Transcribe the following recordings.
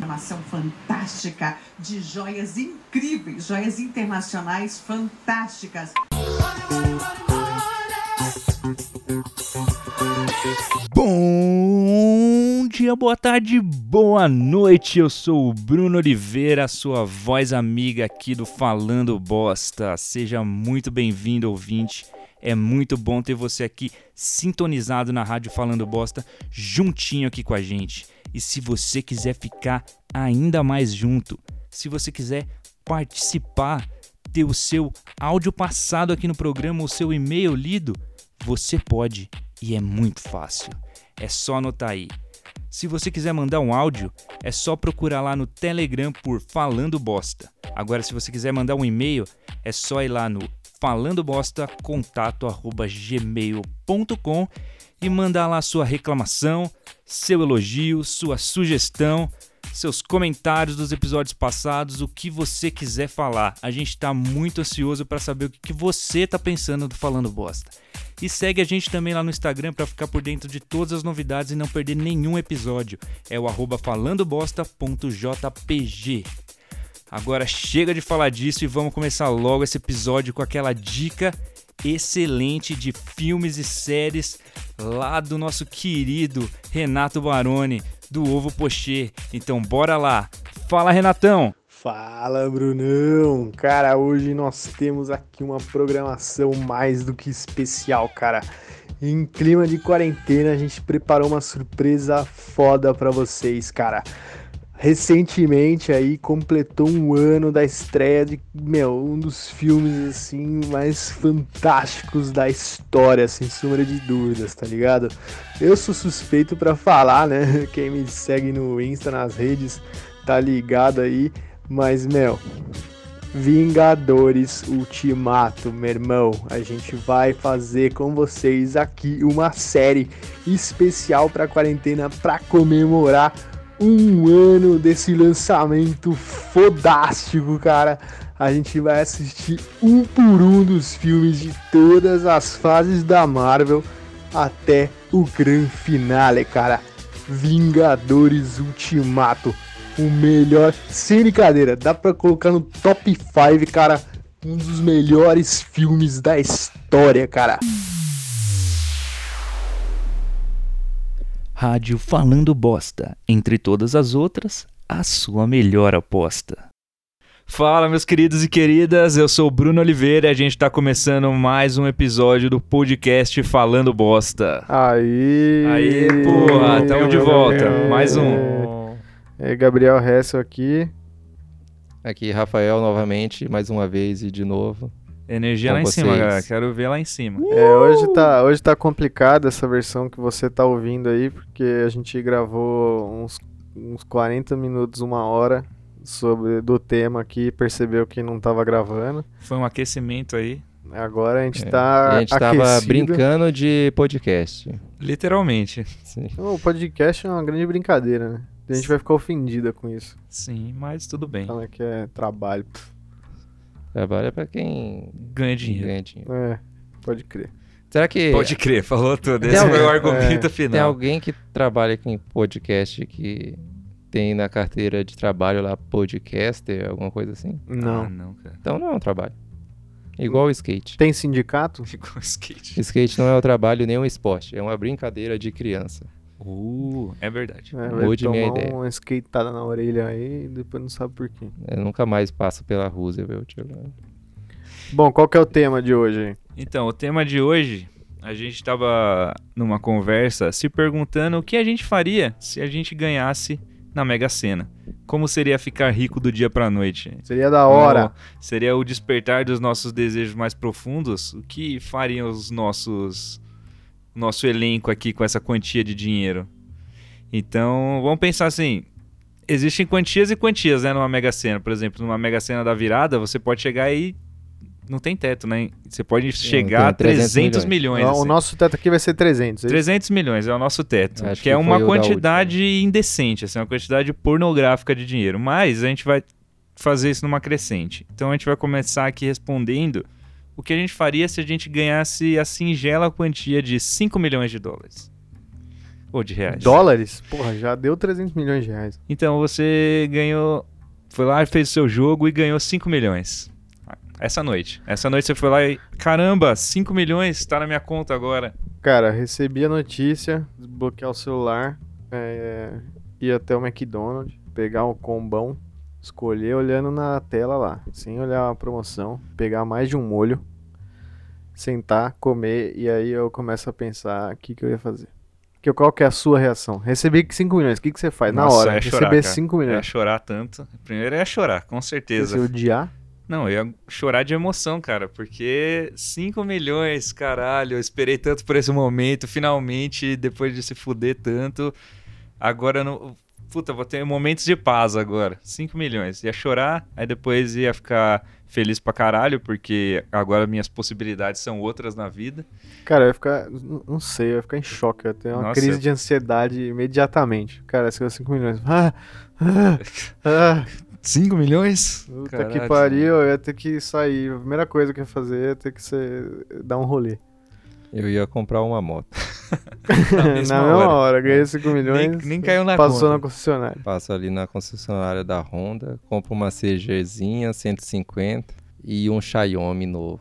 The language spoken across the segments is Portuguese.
coleção fantástica de joias incríveis, joias internacionais fantásticas. Bom dia, boa tarde, boa noite. Eu sou o Bruno Oliveira, sua voz amiga aqui do Falando Bosta. Seja muito bem-vindo, ouvinte. É muito bom ter você aqui sintonizado na Rádio Falando Bosta, juntinho aqui com a gente. E se você quiser ficar ainda mais junto, se você quiser participar, ter o seu áudio passado aqui no programa, o seu e-mail lido, você pode e é muito fácil. É só anotar aí. Se você quiser mandar um áudio, é só procurar lá no Telegram por Falando Bosta. Agora, se você quiser mandar um e-mail, é só ir lá no falandobostacontato@gmail.com e mandar lá sua reclamação, seu elogio, sua sugestão, seus comentários dos episódios passados, o que você quiser falar. A gente tá muito ansioso para saber o que que você tá pensando do Falando Bosta. E segue a gente também lá no Instagram para ficar por dentro de todas as novidades e não perder nenhum episódio. É o arroba falandobosta.jpg. Agora chega de falar disso e vamos começar logo esse episódio com aquela dica excelente de filmes e séries lá do nosso querido Renato Baroni, do Ovo Pochê. Então bora lá. Fala, Renatão! Fala, Brunão! Cara, hoje nós temos aqui uma programação mais do que especial, cara. Em clima de quarentena, a gente preparou uma surpresa foda pra vocês, cara. Recentemente aí completou um ano da estreia de, meu, um dos filmes assim mais fantásticos da história, sem sombra de dúvidas, tá ligado? Eu sou suspeito pra falar, né? Quem me segue no Insta, nas redes, tá ligado aí. Mas, meu, Vingadores Ultimato, meu irmão. A gente vai fazer com vocês aqui uma série especial para quarentena para comemorar um ano desse lançamento fodástico, cara. A gente vai assistir um por um dos filmes de todas as fases da Marvel até o grande finale, cara. Vingadores Ultimato o melhor, sem brincadeira, dá pra colocar no top 5, cara, um dos melhores filmes da história, cara. Rádio Falando Bosta. Entre todas as outras, a sua melhor aposta. Fala, meus queridos e queridas, eu sou o Bruno Oliveira e a gente tá começando mais um episódio do podcast Falando Bosta. Aí. Aí, porra, tamo de volta. Mais um. É Gabriel Hessel aqui. Aqui, Rafael, novamente, mais uma vez e de novo. Energia Com lá em cima, vocês. galera. Quero ver lá em cima. É, hoje tá, hoje tá complicado essa versão que você tá ouvindo aí, porque a gente gravou uns, uns 40 minutos, uma hora sobre do tema aqui, percebeu que não tava gravando. Foi um aquecimento aí, Agora a gente É, tá a gente aquecido. tava brincando de podcast. literalmente. Sim. O podcast é uma grande brincadeira, né? A gente vai ficar ofendida com isso, Sim, mas tudo bem. falando que é trabalho. Trabalha pra quem Ganha dinheiro. ganha dinheiro. É, pode crer. Será que Pode crer, falou tudo. Tem Esse alguém- foi o argumento tem final. alguém que trabalha com podcast que tem na carteira de trabalho lá podcaster, alguma coisa assim? Não. Ah, não, cara. Então não é um trabalho. Igual o skate. Tem sindicato? Ficou skate. Skate não é um trabalho nem um esporte, é uma brincadeira de criança. Uh, é verdade. É, vai Mude tomar minha ideia. uma skateada na orelha aí e depois não sabe por quê. Eu nunca mais passo pela Roosevelt. eu- Bom, qual que é o tema de hoje? Então, o tema de hoje, a gente estava numa conversa se perguntando o que a gente faria se a gente ganhasse na Mega Sena. Como seria ficar rico do dia pra noite? Seria da hora. Como Seria o despertar dos nossos desejos mais profundos? O que fariam os nossos nosso elenco aqui com essa quantia de dinheiro? Então, vamos pensar assim, existem quantias e quantias, né, numa Mega Sena, por exemplo, numa Mega Sena da virada, você pode chegar aí não tem teto, né? Você pode chegar a tem 300 300 milhões. Ó, O assim. nosso teto aqui vai ser 300. é isso? 300 milhões é o nosso teto, Acho que é que uma foi o da quantidade indecente, assim, uma quantidade pornográfica de dinheiro. Mas a gente vai fazer isso numa crescente. Então a gente vai começar aqui respondendo o que a gente faria se a gente ganhasse a singela quantia de 5 milhões de dólares. Ou de reais? Dólares? Porra, já deu 300 milhões de reais. Então você ganhou. Foi lá, fez o seu jogo e ganhou 5 milhões. Essa noite. Essa noite você foi lá e. Caramba, 5 milhões tá na minha conta agora. Cara, recebi a notícia, desbloquear o celular, é, ir até o McDonald's, pegar o combão, escolher olhando na tela lá, sem olhar a promoção, pegar mais de um molho, sentar, comer, e aí eu começo a pensar o que, que eu ia fazer. Que, qual que é a sua reação? Recebi 5 milhões, o que, que você faz? na Nossa, hora, ia chorar, receber cara. É 5 É. Eu ia milhões. É chorar tanto. Primeiro eu ia chorar, com certeza. Você odiar? Não, eu ia chorar de emoção, cara, porque 5 milhões, caralho, eu esperei tanto por esse momento, finalmente, depois de se fuder tanto, agora eu não... Puta, vou ter momentos de paz agora, 5 milhões. Ia chorar, aí depois ia ficar feliz pra caralho, porque agora minhas possibilidades são outras na vida. Cara, eu ia ficar. n- Não sei, eu ia ficar em choque. Eu ia ter uma Nossa. crise de ansiedade imediatamente. Cara, se eu 5 milhões. Ah, ah, ah, 5 milhões? puta que pariu, eu ia ter que sair. A primeira coisa que eu ia fazer ia ter que ser dar um rolê. Eu ia comprar uma moto. Na mesma Na mesma hora. É. hora, ganhei 5 milhões. Nem, nem caiu na passou na conta. concessionária. Passo ali na concessionária da Honda, compro uma CGzinha 150 e um Xiaomi novo.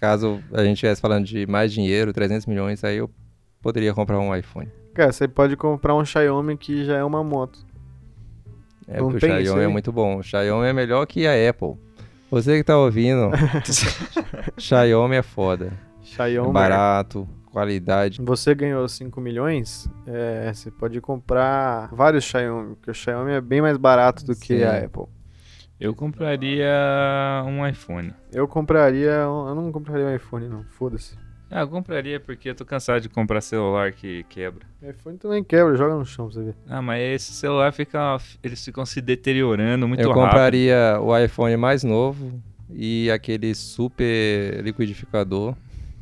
Caso a gente estivesse falando de mais dinheiro, 300 milhões, aí eu poderia comprar um iPhone. Cara, você pode comprar um Xiaomi que já é uma moto. É, Não porque tem o isso Xiaomi é aí? muito bom. O Xiaomi é melhor que a Apple. Você que tá ouvindo, Xiaomi é foda. Xiaomi. É barato, qualidade. Você ganhou 5 milhões, é, você pode comprar vários Xiaomi, porque o Xiaomi é bem mais barato do que Sim. a Apple. Eu compraria um iPhone. Eu compraria. Eu não compraria um iPhone, não. Foda-se. Ah, eu compraria porque eu tô cansado de comprar celular que quebra. iPhone também quebra, joga no chão, pra você vê. Ah, mas esse celular fica. Eles ficam se deteriorando muito eu rápido. compraria o iPhone mais novo e aquele super liquidificador.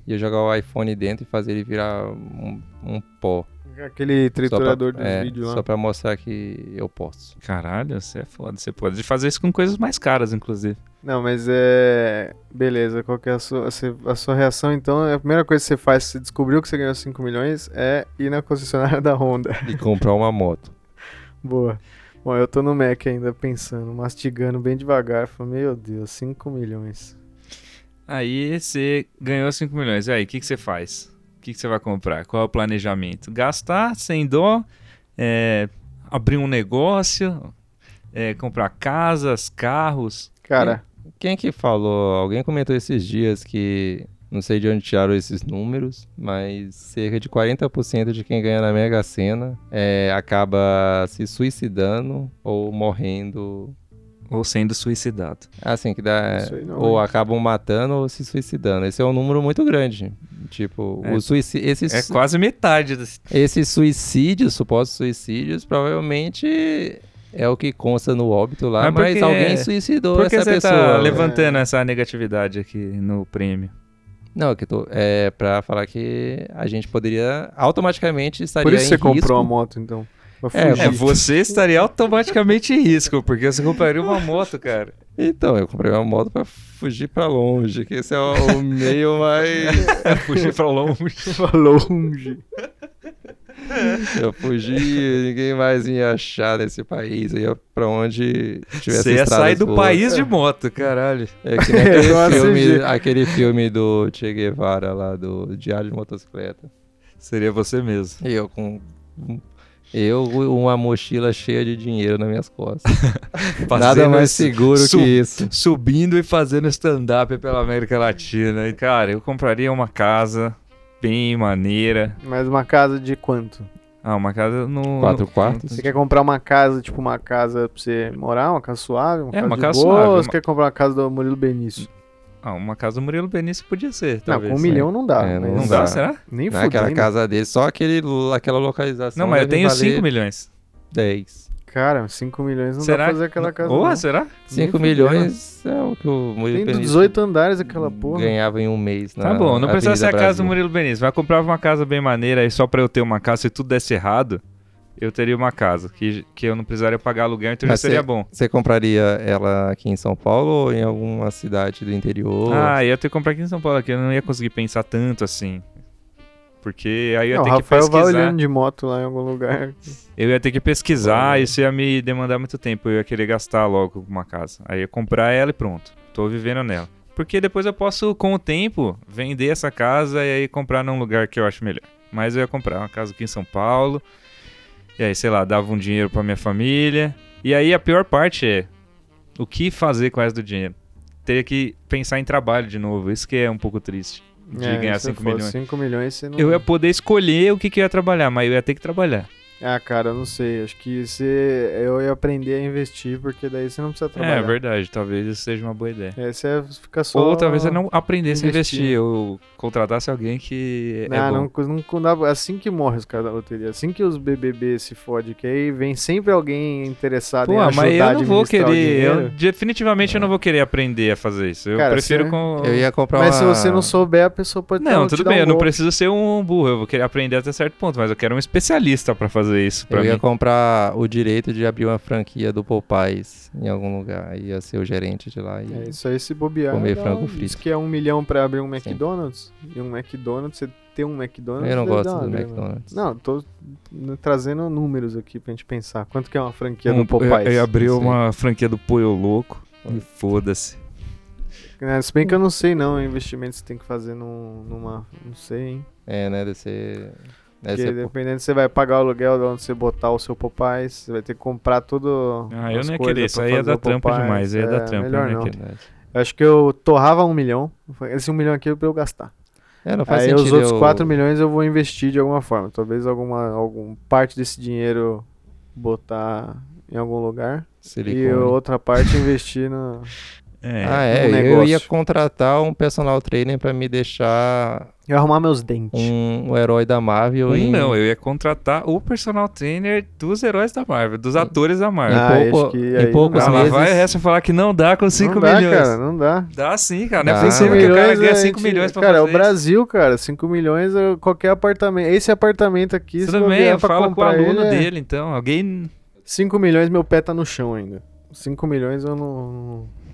Ia jogar o iPhone dentro e fazer ele virar um, um pó. Aquele Só pra- triturador dos é, vídeos Só lá. pra mostrar que eu posso. Caralho, você é foda. Você pode fazer isso com coisas mais caras, inclusive. Não, mas é. Beleza, qual que é a sua, a se- a sua reação então? A primeira coisa que você faz, se você descobriu que você ganhou 5 milhões, é ir na concessionária da Honda. E comprar uma moto. Boa. Bom, eu tô no Mac ainda pensando, mastigando bem devagar. Falei, meu Deus, 5 milhões. Aí você ganhou 5 milhões. E aí, o que, que você faz? O que, que você vai comprar? Qual é o planejamento? Gastar sem dó, é, abrir um negócio, é, comprar casas, carros. Cara, Quem que falou? Alguém comentou esses dias que. Não sei de onde tiraram esses números, mas cerca de 40% de quem ganha na Mega Sena é, acaba se suicidando ou morrendo. Ou sendo suicidado. Assim, que dá. isso aí não. é. ou hein? acabam matando ou se suicidando. Esse é um número muito grande. Tipo, É. o suicídio, esses, É quase metade. desse- esses suicídios, supostos suicídios, provavelmente é o que consta no óbito lá, Mas por mas, que- é? alguém suicidou Por que essa você pessoa. tá né? levantando essa negatividade aqui no prêmio? Não, que tô, é pra falar que a gente poderia automaticamente estaria Por isso em você risco. comprou a moto, então. Pra É, fugir. É, você estaria automaticamente em risco, porque você compraria uma moto, cara. Então, eu comprei uma moto pra fugir pra longe, que esse é o meio mais... Fugir pra longe. Falou longe. Eu fugi, ninguém mais me achar nesse país, eu ia pra onde tivesse Você ia estradas sair do boas. país de moto, caralho. É que nem aquele, Eu assisti. filme, aquele filme do Che Guevara lá, do Diário de Motocicleta. Seria você mesmo. Eu com. Eu, uma mochila cheia de dinheiro nas minhas costas. Nada Fazendo mais esse- seguro su- que isso. Subindo e fazendo stand-up pela América Latina. E, cara, eu compraria uma casa bem maneira. Mas uma casa de quanto? Ah, uma casa no. Quatro quartos? Você quer comprar uma casa, tipo uma casa pra você morar, uma casa suave, uma É, casa uma de casa boa, suave, ou uma- você quer comprar uma casa do Murilo Benício? Ah, uma casa do Murilo Benício podia ser. Talvez, não, com um né? milhão não dá. É, Não não é mas- dá, dá. será? Nem Naquela fudendo. é casa dele, só aquele, aquela localização. Não, mas eu deve tenho valer 5 milhões. 10. Cara, 5 milhões não dá será? pra fazer aquela casa. Ou, não. será? 5 fudendo. milhões é o que o Murilo Tem Benício 18 andares aquela porra. ganhava em um mês. Tá na bom, não precisa Avenida ser a casa Brasil. do Murilo Benício, mas eu comprava uma casa bem maneira aí só pra eu ter uma casa, se tudo desse errado, eu teria uma casa, que, que eu não precisaria pagar aluguel, então Mas já seria bom. Você compraria ela aqui em São Paulo ou em alguma cidade do interior? Ah, ia ter que comprar aqui em São Paulo, que eu não ia conseguir pensar tanto assim. Porque aí eu ia Não, o ter que Rafael vai pesquisar. olhando de moto lá em algum lugar. Eu ia ter que pesquisar, isso ia me demandar muito tempo. Eu ia querer gastar logo com uma casa. Aí eu ia comprar ela e pronto. Tô vivendo nela. Porque depois eu posso, com o tempo, vender essa casa e aí comprar num lugar que eu acho melhor. Mas eu ia comprar uma casa aqui em São Paulo. E aí, sei lá, dava um dinheiro pra minha família. E aí a pior parte é o que fazer com o resto do dinheiro. Teria que pensar em trabalho de novo. Isso que é um pouco triste. De É, ganhar 5 milhões. 5 milhões você não. Eu ia poder escolher o que, que eu ia trabalhar, mas eu ia ter que trabalhar. Ah, cara, eu não sei. Acho que você... eu ia aprender a investir, porque daí você não precisa trabalhar. É verdade, talvez isso seja uma boa ideia. É, você fica só. Ou talvez eu não aprendesse a investir. investir, eu contratasse alguém que Ah, Não, é bom. não, não- não dá- assim que morre os caras da loteria, assim que os BBB se fodem, que aí vem sempre alguém interessado em Pô, ajudar mas eu a não vou administrar o querer, eu dinheiro. definitivamente eu não vou querer aprender a fazer isso. Eu Cara, prefiro você- com Eu ia comprar Mas se uma- você não souber, a pessoa pode Não, te tudo dar bem, um eu não golpe. preciso ser um burro, eu vou querer aprender até certo ponto, mas eu quero um especialista pra fazer isso pra Eu mim. ia comprar o direito de abrir uma franquia do Popeyes em algum lugar. Ia ser o gerente de lá. E... É isso aí, se bobear. Comer dá frango um- frito. Diz que é um milhão pra abrir um Sim. McDonald's. E um McDonald's, você ter um McDonald's. Eu não deve gosto dar uma do grana. McDonald's. Não, tô n- trazendo números aqui pra gente pensar. Quanto que é uma franquia Um- do Popeyes? Eu, eu abri Não sei. uma franquia do Poio Louco e foda-se. É, se bem que eu não sei, não. O investimento que você tem que fazer num, numa. Não sei, hein? É, né? Deve ser. Deve Porque é ser pô- dependendo, você vai pagar o aluguel de onde você botar o seu Popeyes. Você vai ter que comprar tudo. Ah, eu as não ia coisas querer, isso pra aí ia fazer dar o trampa Popeyes. demais, ia dar né, É, trampa, eu melhor não ia não. querer. Verdade. Eu Acho que eu torrava um milhão. Esse um milhão aqui é pra eu gastar. É, não faz Aí sentido. os outros eu... 4 milhões eu vou investir de alguma forma. Talvez alguma algum parte desse dinheiro botar em algum lugar. Silicone. E outra parte investir no. É. Ah, é. um eu ia negócio. contratar um personal trainer pra me deixar E arrumar meus dentes. um, um herói da Marvel. Um em... não, eu ia contratar o personal trainer dos heróis da Marvel, dos atores da Marvel. Ah, pouco- acho que em aí não poucos dá. Ah, lá meses- vai o resto falar que não dá com 5 não dá, milhões. cara, não dá. Dá sim, cara. Não é Dá. possível Cinco que o cara a ganha 5 gente- milhões pra Cara, é fazer o Brasil, cara, 5 milhões é qualquer apartamento. Esse apartamento aqui, isso. se Tudo bem, vier eu né, pra falo com o comprar aluno ele, é- dele, então. Alguém. 5 milhões, meu pé tá no chão ainda. 5 milhões eu não. não-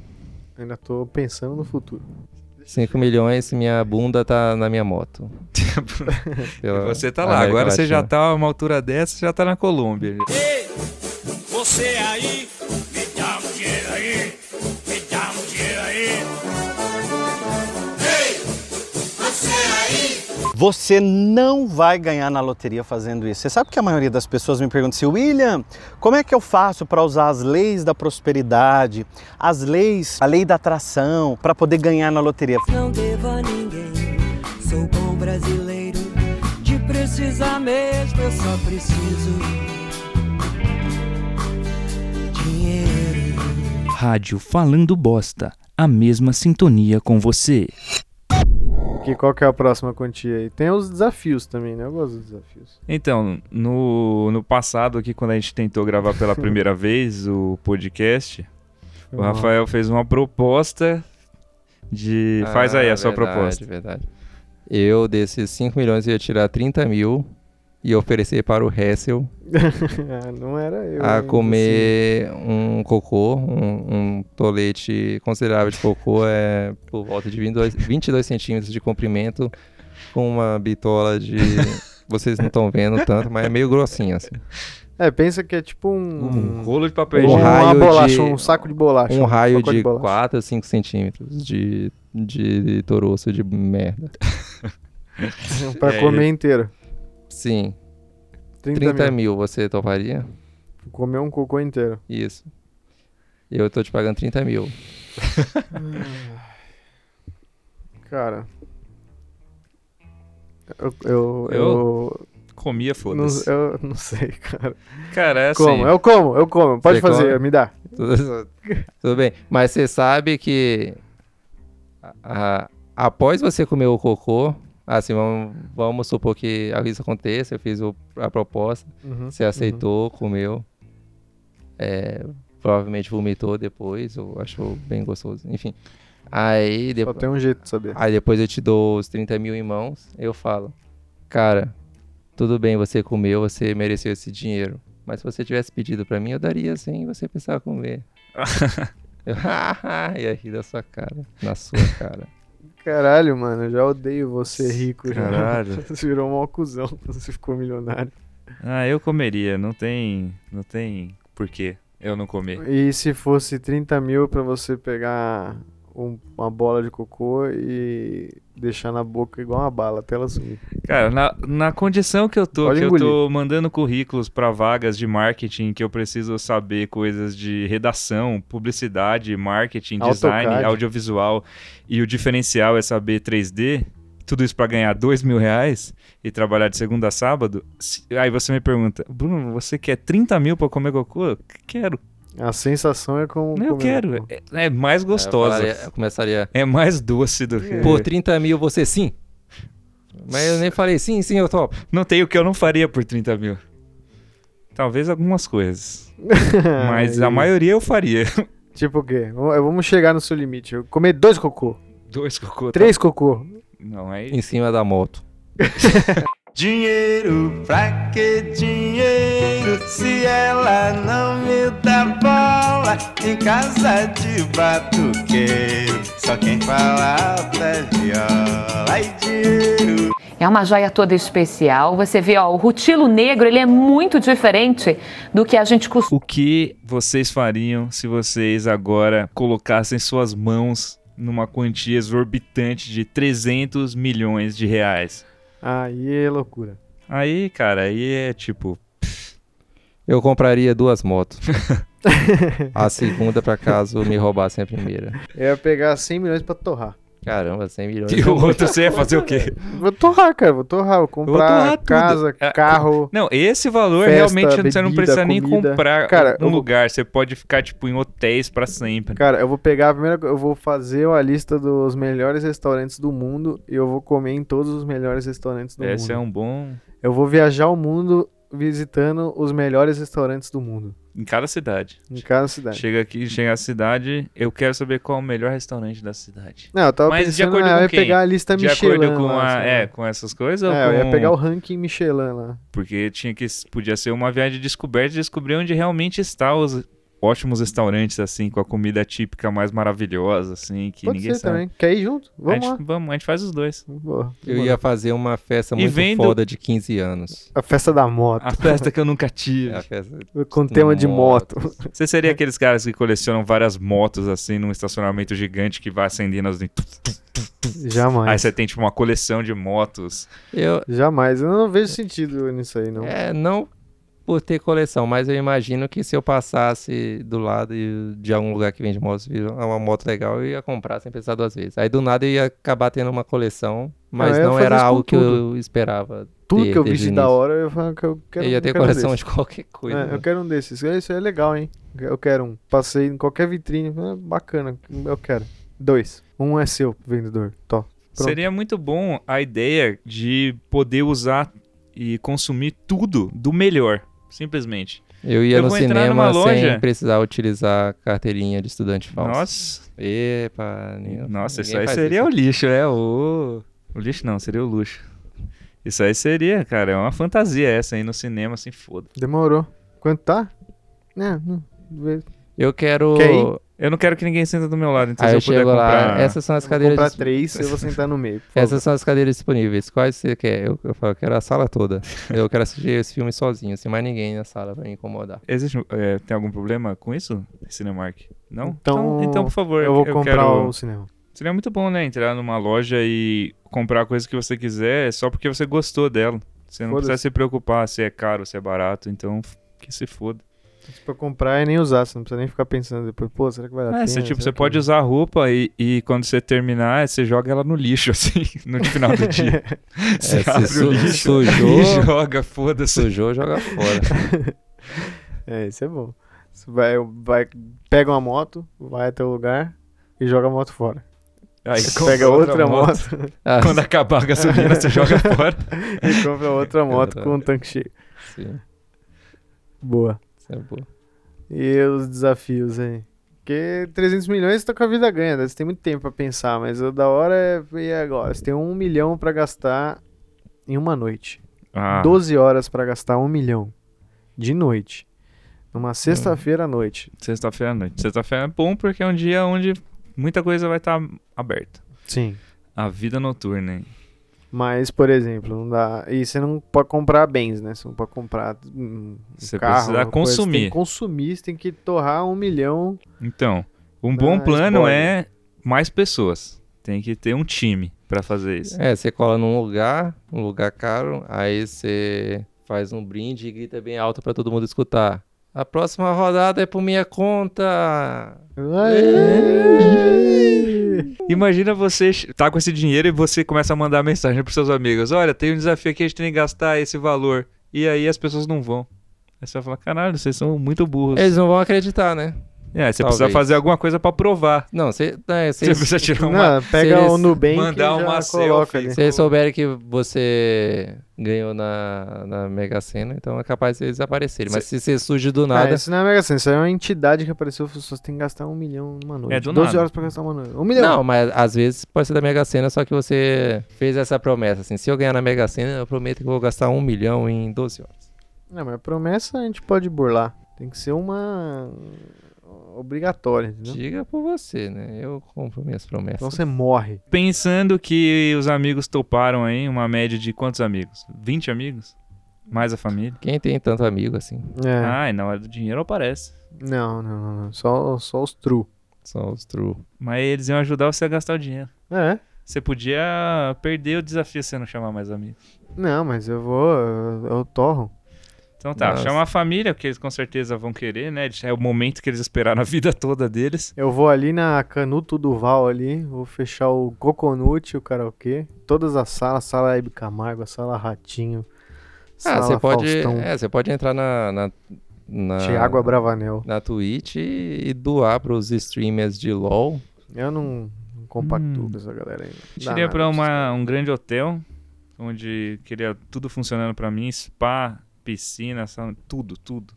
Ainda tô pensando no futuro. 5 milhões, minha bunda tá na minha moto. Pela Você tá lá. América Agora você já Latina. tá a uma altura dessa, você já tá na Colômbia. Você aí, me dá um dinheiro aí, me dá um dinheiro aí. Ei, você aí. Você não vai ganhar na loteria fazendo isso. Você sabe que a maioria das pessoas me pergunta assim, William, como é que eu faço para usar as leis da prosperidade, as leis, a lei da atração, para poder ganhar na loteria? Não devo a ninguém, sou bom brasileiro. De precisar mesmo, eu só preciso. Dinheiro. Rádio Falando Bosta. A mesma sintonia com você. Que qual que é a próxima quantia aí? Tem os desafios também, né? Eu gosto dos desafios. Então, no, no passado aqui, quando a gente tentou gravar pela primeira vez o podcast, o mal. Rafael fez uma proposta de. Faz aí a Ah, sua verdade, proposta. verdade. Eu, desses 5 milhões, ia tirar 30 mil e oferecer para o Hessel Ah, não era eu. a ainda, assim. comer um cocô, um, um tolete considerável de cocô, é por volta de 22, 22 centímetros de comprimento, com uma bitola de. Vocês não estão vendo tanto, mas é meio grossinho, assim. assim. É, pensa que é tipo um. Um rolo de papel um, um higiênico. raio uma bolacha, de- um saco de bolacha. Um raio pacote de bolacha. 4 a 5 centímetros de, de toroço de merda. Pra É, comer inteiro. Sim. 30, 30 mil. mil você toparia? Comer um cocô inteiro. Isso. Eu tô te pagando 30 mil. Cara. Eu. Eu. Eu- Eu, Comia, eu, foda-se. não, eu não sei, cara. Cara, é assim. Como? Eu como, eu como. Pode Você fazer, come? me dá. Tudo, tudo bem. Mas você sabe que a- após você comer o cocô, assim, vamos, vamos supor que isso aconteça, eu fiz o- a proposta, Uhum. você aceitou, comeu, é, provavelmente vomitou depois, ou achou bem gostoso, enfim. Aí Só depois... tem um jeito de saber. Aí depois eu te dou os 30 mil em mãos, eu falo, cara, tudo bem, você comeu, você mereceu esse dinheiro. Mas se você tivesse pedido pra mim, eu daria sem você precisar comer. Eu, e aí da sua cara, na sua cara. Caralho, mano, eu já odeio você rico. já. Caralho. Você virou um maior cuzão quando você ficou milionário. Ah, eu comeria, não tem. Não tem porquê eu não comer. E se fosse 30 mil pra você pegar um- uma bola de cocô e deixar na boca igual uma bala até ela sumir? Cara, na, na condição que eu tô, Pode que engolir. eu tô mandando currículos pra vagas de marketing, que eu preciso saber coisas de redação, publicidade, marketing, design, AutoCAD. audiovisual, e o diferencial é saber 3D, tudo isso pra ganhar dois mil reais e trabalhar de segunda a sábado. se- Aí você me pergunta, Bruno, você quer 30 mil pra comer cocô? Eu Quero. A sensação é como. Eu comer quero. cocô. É, é mais gostosa. Eu, falaria- eu começaria. É mais doce do que. Por 30 mil você sim? Mas eu nem falei sim, sim, eu topo. Não tem o que eu não faria por 30 mil. Talvez algumas coisas. Mas a Aí, maioria eu faria. Tipo o quê? Vamos vamos chegar no seu limite. Eu comer dois cocô, Dois cocô. tá- três cocô. Não, aí. Em cima da moto. Dinheiro, pra que dinheiro? Se ela não me dá bola em casa de batuqueiro, só quem fala alta é viola. Ai, dinheiro. É uma joia toda especial. Você vê, ó, o rutilo negro, ele é muito diferente do que a gente costuma. O que vocês fariam se vocês agora colocassem suas mãos numa quantia exorbitante de 300 milhões de reais? Aí é loucura. Aí, cara, aí é tipo. Eu compraria duas motos. a segunda pra caso me roubassem a primeira. Eu ia pegar 100 milhões pra torrar. Caramba, 100 milhões. é E o outro você ia fazer o quê? Vou torrar, cara. Vou torrar. Vou comprar torrar tudo. casa, Ah, carro. Não, esse valor Festa, realmente você não bebida, precisa nem comida. comprar Cara, um eu- lugar. Você pode ficar, tipo, em hotéis pra sempre. Cara, eu vou pegar a primeira. co- Eu vou fazer uma lista dos melhores restaurantes do mundo e eu vou comer em todos os melhores restaurantes do Esse mundo. é um bom. Eu vou viajar o mundo visitando os melhores restaurantes do mundo. Em cada cidade. Em cada cidade. Chega aqui, chega à cidade, eu quero saber qual o melhor restaurante da cidade. Não, eu tava Mas de pensando acordo ah, com eu ia quem? pegar a lista De Michelin. acordo com lá, a, assim, é, né? com essas coisas, É, ou eu com- ia pegar o ranking Michelin lá. porque tinha que podia ser uma viagem de descoberta, e descobrir onde realmente está os ótimos restaurantes assim, com a comida típica mais maravilhosa assim, que Pode ninguém ser sabe. também. Quer ir junto? A Vamos gente, lá. vamos, a gente faz os dois. Boa. Eu ia fazer uma festa E muito vendo- foda de 15 anos. A festa da moto. A festa que eu nunca tive. É a festa Com tema de moto. Você seria aqueles caras que colecionam várias motos assim num estacionamento gigante que vai acendendo as. Aí Jamais. você tem tipo uma coleção de motos. Eu, Jamais. Eu não vejo sentido nisso aí, não. é, não por ter coleção, mas eu imagino que se eu passasse do lado e- de algum lugar que vende motos, vi uma moto legal, eu ia comprar sem pensar duas vezes. Aí do nada eu ia acabar tendo uma coleção, mas eu ia não fazer era isso com algo que tudo. eu esperava. Tudo ter que eu vi desde de o da início. hora, eu falo que eu quero eu ia eu ter quero um coleção desse. de qualquer coisa. É, eu quero um desses. É, Isso é legal, hein? Eu quero um. Passei em qualquer vitrine. ah, Bacana. Eu quero. Dois. Um é seu, vendedor. Tó. Pronto. Seria muito bom a ideia de poder usar e consumir tudo do melhor, simplesmente. Eu ia Eu no vou entrar numa cinema loja- sem precisar utilizar carteirinha de estudante falso. Nossa, Epa, ninguém- nossa, isso ninguém aí faz seria isso. o lixo, é o o lixo não, seria o luxo. Isso aí seria, cara, é uma fantasia essa aí no cinema, assim, foda. Demorou. Quanto tá? É, não. vê- Eu quero. Quer ir? Eu não quero que ninguém senta do meu lado, então Aí Ah, eu se eu puder chego lá. comprar. Essas são as Vou comprar cadeiras. três eu vou sentar no meio. por favor. Essas são as cadeiras disponíveis. Quais você quer? Eu, eu falo, eu quero a sala toda. Eu quero assistir esse filme sozinho, sem mais ninguém na sala pra me incomodar. Existe, é, tem algum problema com isso, Cinemark? Não? Então, então por favor, Eu vou comprar quero... um. o cinema. Seria muito bom, né? Entrar numa loja e comprar a coisa que você quiser só porque você gostou dela. Você não Foda-se. precisa se preocupar se é caro, se é barato, então f- que se foda. Se for comprar é nem usar, você não precisa nem ficar pensando depois, pô, será que vai dar É, você, tipo, você pode usar a roupa e, e quando você terminar, você joga ela no lixo, assim, no final do dia. você É, se abre su- o lixo e sujou- joga, foda-se. Sujou, joga fora. É, isso é bom. Você vai, vai, pega uma moto, vai até o lugar e joga a moto fora. Aí compra Pega outra, moto, Ah, Quando acabar a gasolina, você joga fora. e compra outra moto com um tanque cheio. sim, Boa. isso é boa. E os desafios aí? Porque 300 milhões tá com a vida ganha, né? Você tem muito tempo pra pensar, mas o da hora é. E agora? Você tem um milhão pra gastar em uma noite. Ah, 12 horas pra gastar um milhão. De noite. Numa sexta-feira à noite. sexta-feira à noite. Sexta-feira é bom porque é um dia onde muita coisa vai estar tá aberta. Sim. A vida noturna, hein? Mas, por exemplo, não dá. E você não pode comprar bens, né? Você não pode comprar um Você carro, precisa uma coisa. Você tem consumir. que consumir, você tem que torrar um milhão. Então, um bom Mas plano pode. é mais pessoas. Tem que ter um time pra fazer isso. É, você cola num lugar, um lugar caro, aí você faz um brinde e grita bem alto pra todo mundo escutar. A próxima rodada é por minha conta. Aê! Imagina você tá com esse dinheiro e você começa a mandar mensagem pros seus amigos. Olha, tem um desafio aqui, a gente tem que gastar esse valor. E aí as pessoas não vão. Aí você vai falar, caralho, vocês são muito burros. É, Eles não vão acreditar, né? É, você precisa Talvez. fazer alguma coisa pra provar. Não, você. né, se Você eles- precisa tirar uma... Não, pega eles o Nubank mandar e já uma coloca selfie. ali. se eles souberem que você ganhou na, na Mega Sena, então é capaz de eles aparecerem. Mas se você surge do Ah, nada. isso não é Mega Sena, isso é uma entidade que apareceu, as pessoas têm que gastar um milhão numa noite. É, do 12 nada. horas pra gastar uma noite. Um milhão! Não, mas às vezes pode ser da Mega Sena, só que você fez essa promessa, assim, se eu ganhar na Mega Sena, eu prometo que eu vou gastar um milhão em 12 horas. Não, mas promessa a gente pode burlar. Tem que ser uma obrigatória, entendeu? Diga por você, né? Eu compro minhas promessas. Então você morre. Pensando que os amigos toparam aí, uma média de quantos amigos? 20 amigos? Mais a família? Quem tem tanto amigo assim? É. Ai, na hora do dinheiro aparece. Não, não, não, não. Só, só os true. Só os true. Mas eles iam ajudar você a gastar o dinheiro. É. Você podia perder o desafio se você não chamar mais amigos. Não, mas eu vou. Eu, eu torro. Então tá, Nossa. chama a família, porque eles com certeza vão querer, né? Eles- É o momento que eles esperaram a vida toda deles. Eu vou ali na Canuto Duval ali, vou fechar o Coconut, o karaokê. Todas as salas, sala Hebe Camargo, a sala Ratinho. Sala Ah, você pode, Faustão, é, ah. você pode entrar na, na, na, Thiago Abravanel. na Twitch e, e doar pros streamers de LoL. Eu não, não compactuo com essa galera aí. não. Dá Iria nada Hum. pra esses caras. uma, um grande hotel, onde queria tudo funcionando pra mim, spa, piscina, sauna, tudo, tudo.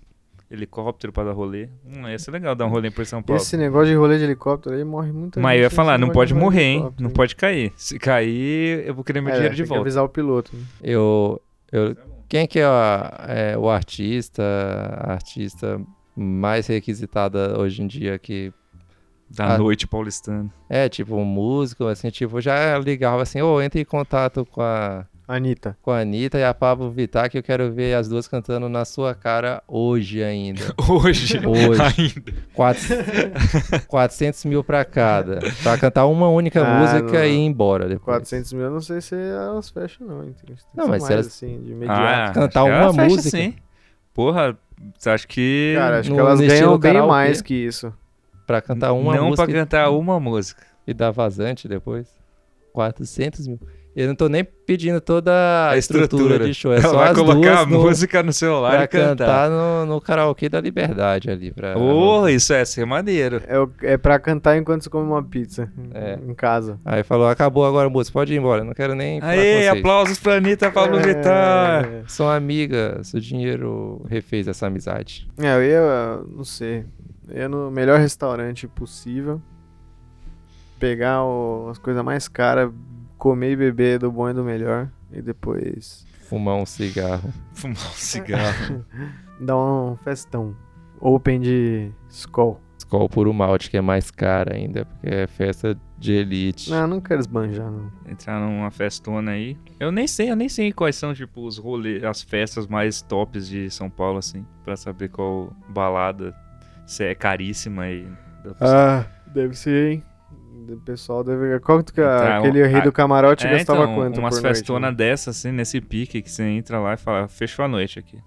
Helicóptero pra dar rolê. Hum, ia ser legal dar um rolê por São Paulo. Esse negócio de rolê de helicóptero aí morre muita Mas gente. eu ia falar, esse não negócio pode de rolê de morrer, hein? helicóptero, Não hein? pode cair. Se cair, eu vou querer meu É, dinheiro de tem que volta. avisar o piloto. né? Eu, eu, quem que é, a- é o artista, a artista mais requisitada hoje em dia que Da Ah. noite paulistana. é tipo um músico, assim, tipo, já ligava assim, ô, entre em contato com a, Anitta. com a Anitta e a Pablo Vittar que eu quero ver as duas cantando na sua cara hoje ainda. Hoje, Hoje. ainda. Quatro- 400 mil pra cada. Pra cantar uma única Ah, música não. e ir embora depois. 400 mil, eu não sei se elas fecham, não. hein? Tem que ser Não, mas se mais, elas- assim, de Ah, imediato. cantar acho que ela uma fecha música. Sim. Porra, você acha que. Cara, acho que no- elas no ganham estilo bem karaokê. mais que isso. Pra cantar tá uma não música pra cantar uma música. e dar vazante depois. 400 mil. Eu não tô nem pedindo toda a A estrutura, estrutura. de show. É Ela só vai as duas colocar a no- música no celular pra e cantar. cantar no, no karaokê da liberdade ali. Pra, Porra, isso é ser maneiro. É, o- é pra cantar enquanto você come uma pizza. É. Em casa. Aí falou, acabou agora a música, pode ir embora. Não quero nem falar com Aê, vocês. aplausos pra Anitta Pablo Vittar. É, São amigas, o dinheiro refez essa amizade. É, eu ia, eu não sei. Eu ia no melhor restaurante possível. Pegar o- as coisas mais caras, comer e beber do bom e do melhor. E depois Fumar um cigarro. Fumar um cigarro. dar um festão. Open de Skol. Skol puro malte, que é mais cara ainda, porque é festa de elite. Ah. Não, não quero esbanjar, não. Entrar numa festona aí. Eu nem sei, eu nem sei quais são, tipo, os rolês, as festas mais tops de São Paulo, assim. Pra saber qual balada se é caríssima e. Ah, deve ser, hein? O pessoal deve. Qual que é Então, aquele rei a- do camarote É, gastava então, quanto? umas por noite, festonas né? dessas, assim, nesse pique que você entra lá e fala, fechou a noite aqui.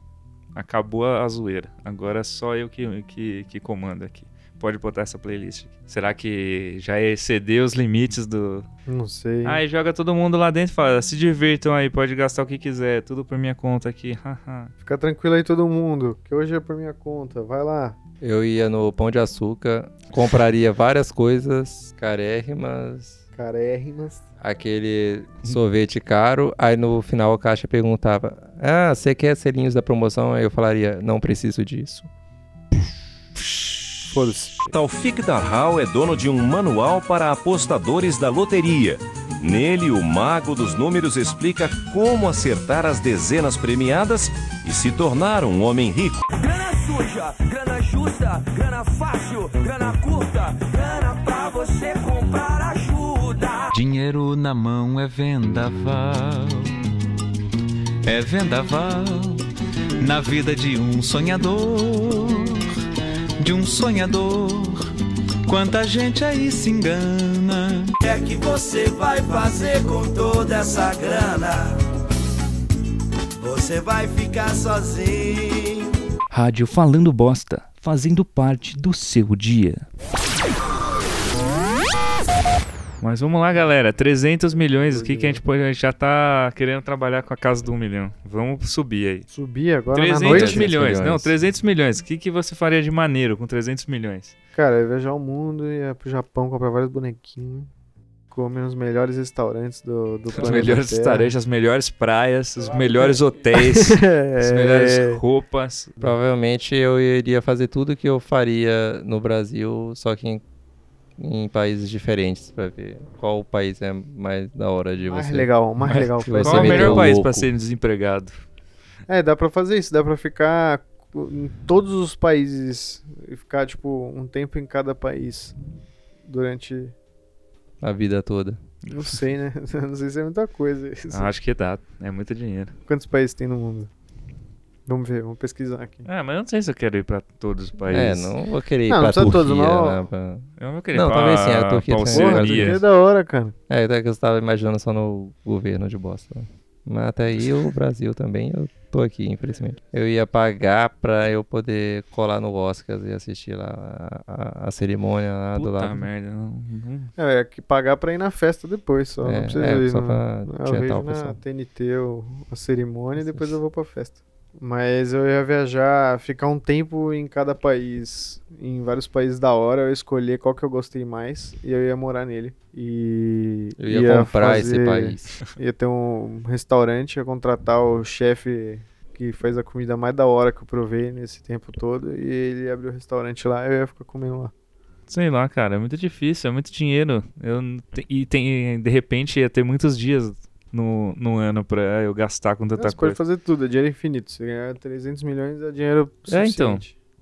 Acabou a a zoeira. Agora é só eu que, que, que comando aqui. Pode botar essa playlist aqui. Será que já excedeu os limites do. Não sei. Aí joga todo mundo lá dentro e fala, se divirtam aí, pode gastar o que quiser, é tudo por minha conta aqui. haha." Fica tranquilo aí todo mundo, que hoje é por minha conta. Vai lá. Eu ia no Pão de Açúcar, compraria várias coisas carérrimas, é Carérrimas. aquele sorvete caro. Aí no final a caixa perguntava: Ah, você quer selinhos da promoção? Aí eu falaria: Não preciso disso. Foda-se. Taufik Darhal é dono de um manual para apostadores da loteria. Nele, o mago dos números explica como acertar as dezenas premiadas e se tornar um homem rico. Grana suja, grana justa, grana fácil, grana curta, grana pra você comprar ajuda. Dinheiro na mão é vendaval, é vendaval na vida de um sonhador, de um sonhador. Quanta gente aí se engana. O que é que você vai fazer com toda essa grana? Você vai ficar sozinho. Rádio Falando Bosta, fazendo parte do seu dia. Mas vamos lá, galera. 300 milhões aqui que a gente, pode, a gente já tá querendo trabalhar com a casa do 1 milhão. Vamos subir aí. Subir agora na 300 noite? milhões. Não, 300 né? milhões. 300 milhões. O que, que você faria de maneiro com 300 milhões? Cara, eu ia viajar o mundo, ia pro Japão comprar vários bonequinhos, comer nos melhores restaurantes do, do Os planeta melhores Terra. restaurantes, as melhores praias, os melhores hotéis, É, É. as melhores roupas. Provavelmente eu iria fazer tudo que eu faria no Brasil, só que em, em países diferentes, pra ver qual país é mais da hora de Mais você. legal, mais Vai- legal. vai Qual ser é o melhor meio país louco. para ser desempregado? É, dá pra fazer isso, dá pra ficar em todos os países e ficar, tipo, um tempo em cada país durante. A vida toda. Não sei, né? Não sei se é muita coisa isso. Ah, acho que dá. É muito dinheiro. Quantos países tem no mundo? Vamos ver, vamos pesquisar aqui. Ah, mas eu não sei se eu quero ir para todos os É, países. não vou querer ir Não, não pra precisa Turquia, todos, não. né? pra- Eu não queria Não, ir pra, talvez sim, é a Turquia pra também. Porra, Seria. Oceania. que é da hora, cara. É, até que eu estava imaginando só no governo de Boston. Mas até aí o Brasil também, eu tô aqui, infelizmente. Eu ia pagar pra eu poder colar no Oscars e assistir lá a, a- a cerimônia lá do Puta lado. merda, não, não- É, é que pagar pra ir na festa depois só. É, não precisa é, ir. só no- né? pra eu adiantar vejo o na pessoal. TNT o- a cerimônia e depois eu vou pra festa. Mas eu ia viajar, ficar um tempo em cada país, em vários países da hora, eu ia escolher qual que eu gostei mais e eu ia morar nele. E Eu ia, comprar esse país. Ia ter um restaurante, ia contratar o chefe que faz a comida mais da hora que eu provei nesse tempo todo e ele abriu o restaurante lá, eu ia ficar comendo lá. Sei lá, cara, é muito difícil, é muito dinheiro. Eu, não te- e tem, de repente ia ter muitos dias no, no ano pra eu gastar com tanta Não, Você pode coisa. fazer tudo, é dinheiro infinito. Você ganhar 300 milhões é dinheiro É, suficiente. então.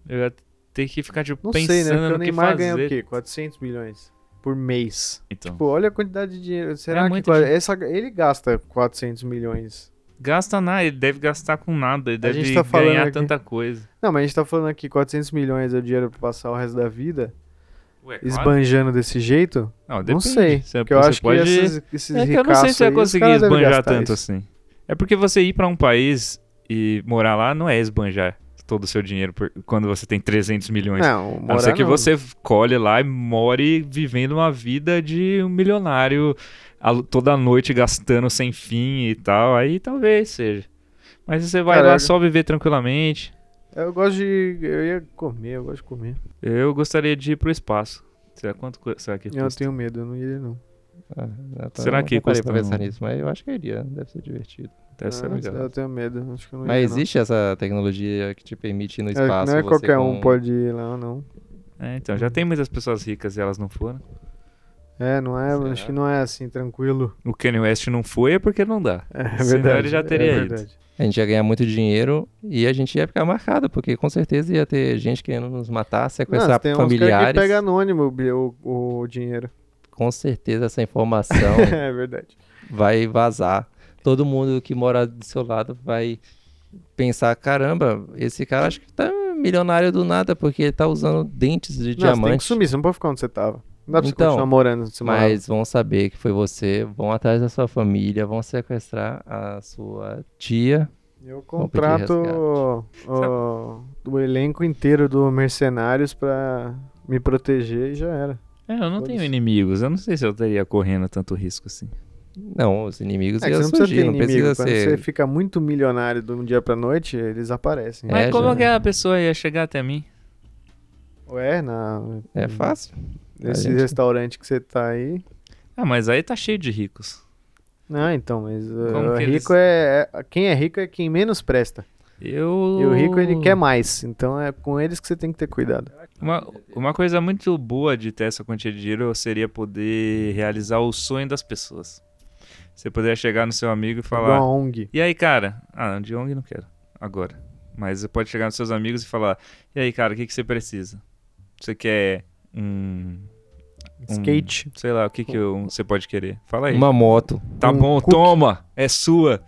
Eu ia ter que ficar tipo, Não pensando sei, né? Porque o no que Neymar fazer. ganha o quê? 400 milhões por mês. Então, Pô, olha a quantidade de dinheiro. É Será que muito qua- dinheiro. essa, ele gasta 400 milhões? gasta nada, ele deve gastar com nada, ele A deve gente tá falando ganhar aqui. tanta coisa. Não, mas a gente tá falando aqui 400 milhões é o dinheiro pra passar o resto da vida, Ué, claro. esbanjando desse jeito? Não, não depende. sei. Você, Porque eu você acho pode... que esses, esses É que eu não sei se eu ricaços ia aí, os conseguir caras devem esbanjar gastar tanto isso. assim. É porque você ir pra um país e morar lá não é esbanjar todo o seu dinheiro por- quando você tem 300 milhões. Não, A não morar ser que não. você colhe lá e more vivendo uma vida de um milionário a- toda noite gastando sem fim e tal. Aí talvez seja. Mas você vai lá Caraca. só viver tranquilamente. Eu gosto de... Eu ia comer, eu gosto de comer. Eu gostaria de ir pro espaço. Será quanto cu- será que Eu custa? tenho medo, eu não iria não. Ah, eu tô- Será eu que não parei custa pra pensar um- nisso, mas eu acho que eu iria, deve ser divertido. Deve ser Ah, legal. Eu tenho medo, acho que eu não Mas iria, não. existe essa tecnologia que te permite ir no É, espaço. não é você qualquer um com- pode ir lá, não. É, então, já tem muitas pessoas ricas e elas não foram. É, não é, acho Será? que não é assim, tranquilo. O Kanye West não foi é porque não dá. É Senão verdade. ele já é teria ido. verdade. A gente ia ganhar muito dinheiro e a gente ia ficar marcado, porque com certeza ia ter gente querendo nos matar, sequestrar Não, tem uns caras que familiares. pega anônimo o bi- o, o dinheiro. Com certeza essa informação É verdade. vai vazar. Todo mundo que mora do seu lado vai pensar: caramba, esse cara acho que tá milionário do nada, porque ele tá usando dentes de Não, você tem que diamante. sumir, você não pode ficar onde você tava. Não dá pra você Então, continuar morando onde você morava. Mas vão saber que foi você, vão atrás da sua família, vão sequestrar a sua tia. Eu vão pedir resgate. contrato o, o elenco inteiro do Mercenários pra me proteger e já era. É, eu não tenho Foda-se. inimigos. Eu não sei se eu estaria correndo tanto risco assim. Não, os inimigos É que iam você não precisa surgir, ter não precisa inimigo. Quando você ser. fica muito milionário de um dia pra noite, eles aparecem. É, Mas como já- que a pessoa ia chegar até mim? Ué, na, É fácil. nesse gente- restaurante que você tá aí. Ah, mas aí tá cheio de ricos. Não, então, mas uh, Como que eles- rico é, é- Quem é rico é quem menos presta. Eu. E o rico Uh. ele quer mais. Então é com eles que você tem que ter cuidado. Uma, uma coisa muito boa de ter essa quantia de dinheiro seria poder realizar o sonho das pessoas. Você poderia chegar no seu amigo e falar. Igual a ONG. E aí, cara? Ah, não, de ONG não quero. Agora. Mas você pode chegar nos seus amigos e falar: E aí, cara, o que, que você precisa? Você quer um. Hum. Skate. Sei lá, o que, que eu- um, você pode querer? Fala aí. Uma moto. Tá Um bom, cookie. toma. É sua.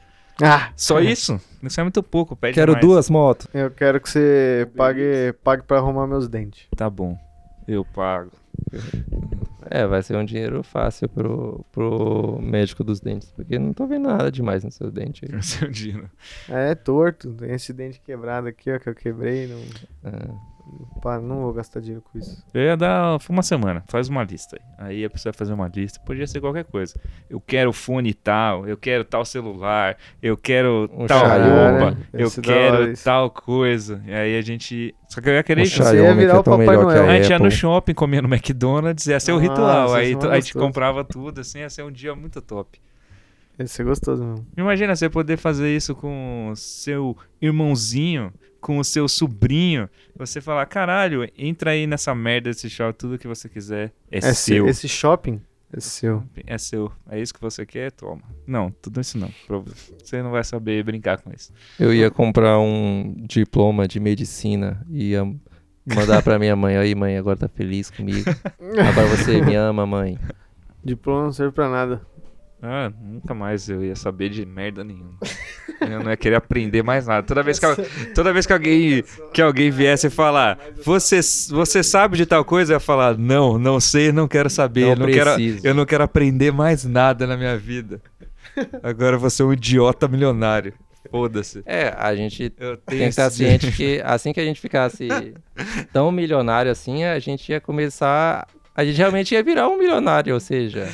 Ah. Só isso? Isso é muito pouco. Pede Quero mais. duas motos. Eu quero que você pague, pague pra arrumar meus dentes. Tá bom. Eu pago. É, vai ser um dinheiro fácil pro, pro médico dos dentes, porque não tô vendo nada demais no seu dente aí. No seu dino. É torto. Tem esse dente quebrado aqui, ó, que eu quebrei. Não, Pá, não vou gastar dinheiro com isso. Eu ia dar foi uma semana, faz uma lista aí. Aí a pessoa vai fazer uma lista, podia ser qualquer coisa. Eu quero fone tal, eu quero tal celular, eu quero Um tal Xiaomi, roupa, né? eu Esse da hora, quero isso. tal coisa. E aí a gente. Só que eu ia querer Um Xiaomi Você ia virar que é o tão Papai melhor Noel. que a A gente ia no Apple. shopping, comia no McDonald's, ia ser o Ah, ritual. vocês Aí são tu- a gente gostosos. comprava tudo, assim, ia ser um dia muito top. Esse é gostoso mesmo. Imagina você poder fazer isso com o seu irmãozinho, com o seu sobrinho. Você falar, caralho, entra aí nessa merda desse shopping, tudo que você quiser é, Esse- seu. Esse shopping é seu. É seu. É isso que você quer? Toma. Não, tudo isso não. Pro- Você não vai saber brincar com isso. Eu ia comprar um diploma de medicina e ia mandar pra minha mãe, aí mãe, agora tá feliz comigo. Agora você me ama, mãe. Diploma não serve pra nada. Ah, nunca mais eu ia saber de merda nenhuma. Eu não ia querer aprender mais nada. Toda vez que, al- toda vez que alguém que alguém viesse falar, você, você sabe de tal coisa, eu ia falar, não, não sei, não quero saber, Não não quero, preciso." eu não quero aprender mais nada na minha vida. Agora você é um idiota milionário. Foda-se. É, a gente Eu tem tenho que estar esse ciente dinheiro. que assim que a gente ficasse tão milionário assim, a gente ia começar. A gente realmente ia virar um milionário, ou seja,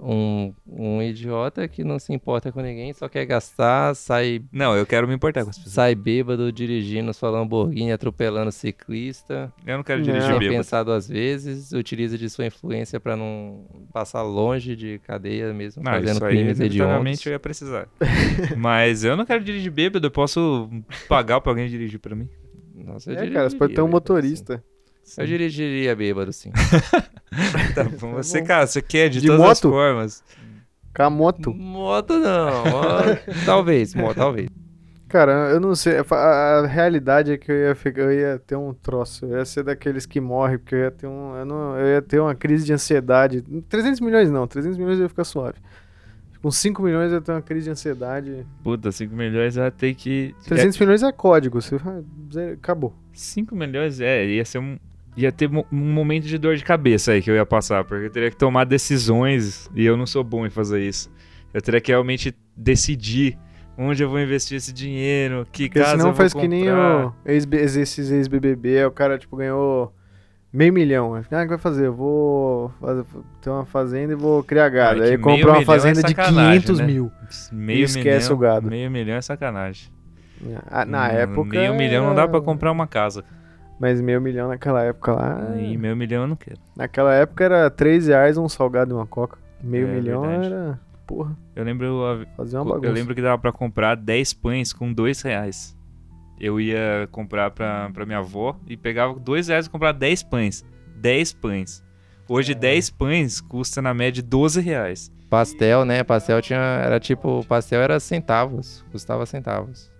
um, um idiota que não se importa com ninguém, só quer gastar, sai. Não, eu quero me importar com as pessoas. Sai bêbado dirigindo sua Lamborghini, atropelando ciclista. Eu não quero dirigir Sem É. bêbado. pensado às vezes, utiliza de sua influência para não passar longe de cadeia mesmo, Não, fazendo Ah, isso aí, é. crimes hediondos. inevitavelmente eu ia precisar. Mas eu não quero dirigir bêbado, eu posso pagar pra alguém dirigir pra mim. Nossa, É, cara, você pode ter um motorista. assim. Eu dirigiria bêbado, sim. Tá bom, você, cara, você quer de, De todas as moto? formas. Com a moto. Moto não. ó, talvez, mo- talvez. Cara, eu não sei. A, a- a realidade é que eu ia, ficar, eu ia ter um troço. Eu ia ser daqueles que morrem, porque eu ia ter, um, eu não, eu ia ter uma crise de ansiedade. 300 milhões não, 300 milhões eu ia ficar suave. Com 5 milhões eu ia ter uma crise de ansiedade. Puta, 5 milhões ia ter que. 300 milhões é código, você ah, zero, acabou. 5 milhões, é, ia ser um. Ia ter mo- um momento de dor de cabeça aí que eu ia passar, porque eu teria que tomar decisões e eu não sou bom em fazer isso. Eu teria que realmente decidir onde eu vou investir esse dinheiro, que Porque casa eu senão vou faz que nem comprar. o ex esses ex-BBB, aí o cara, tipo, ganhou meio milhão. Aí fica, Ah, o que vai fazer? Eu vou fazer- ter uma fazenda e vou criar gado. É que Aí meio compra milhão uma é fazenda de sacanagem, 500 né? mil. Meio E esquece milhão, o gado. Meio milhão é sacanagem. Ah, Na Hum, época. Meio milhão não dá era- um pra comprar uma casa. Mas meio milhão naquela época lá. E meio milhão eu não quero. Naquela época era 3 reais um salgado e uma coca. Meio É, milhão verdade. era. Porra, Eu lembro, a- fazer uma eu bagunça. lembro que dava pra comprar 10 pães com 2 reais. Eu ia comprar pra, pra minha avó e pegava 2 reais e comprava 10 pães. 10 pães. É. Hoje 10 pães custa na média 12 reais. Pastel, né? Pastel tinha. Era tipo. Pastel era centavos. Custava centavos.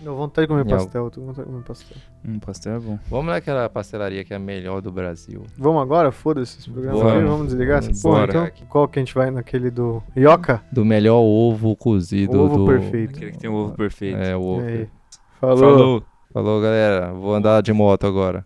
Deu vontade de comer Não. pastel, tô com vontade de comer pastel. Um pastel é bom. Vamos naquela pastelaria que é a melhor do Brasil. Vamos agora? Foda-se esse programa. Bora. Vamos, vamos desligar essa porra Bora. então. Qual que a gente vai naquele do. Ioca? Do melhor ovo cozido Ovo do. perfeito. Aquele que tem o ovo perfeito. É, E o ovo. aí? Falou. Falou, galera. Vou andar de moto agora.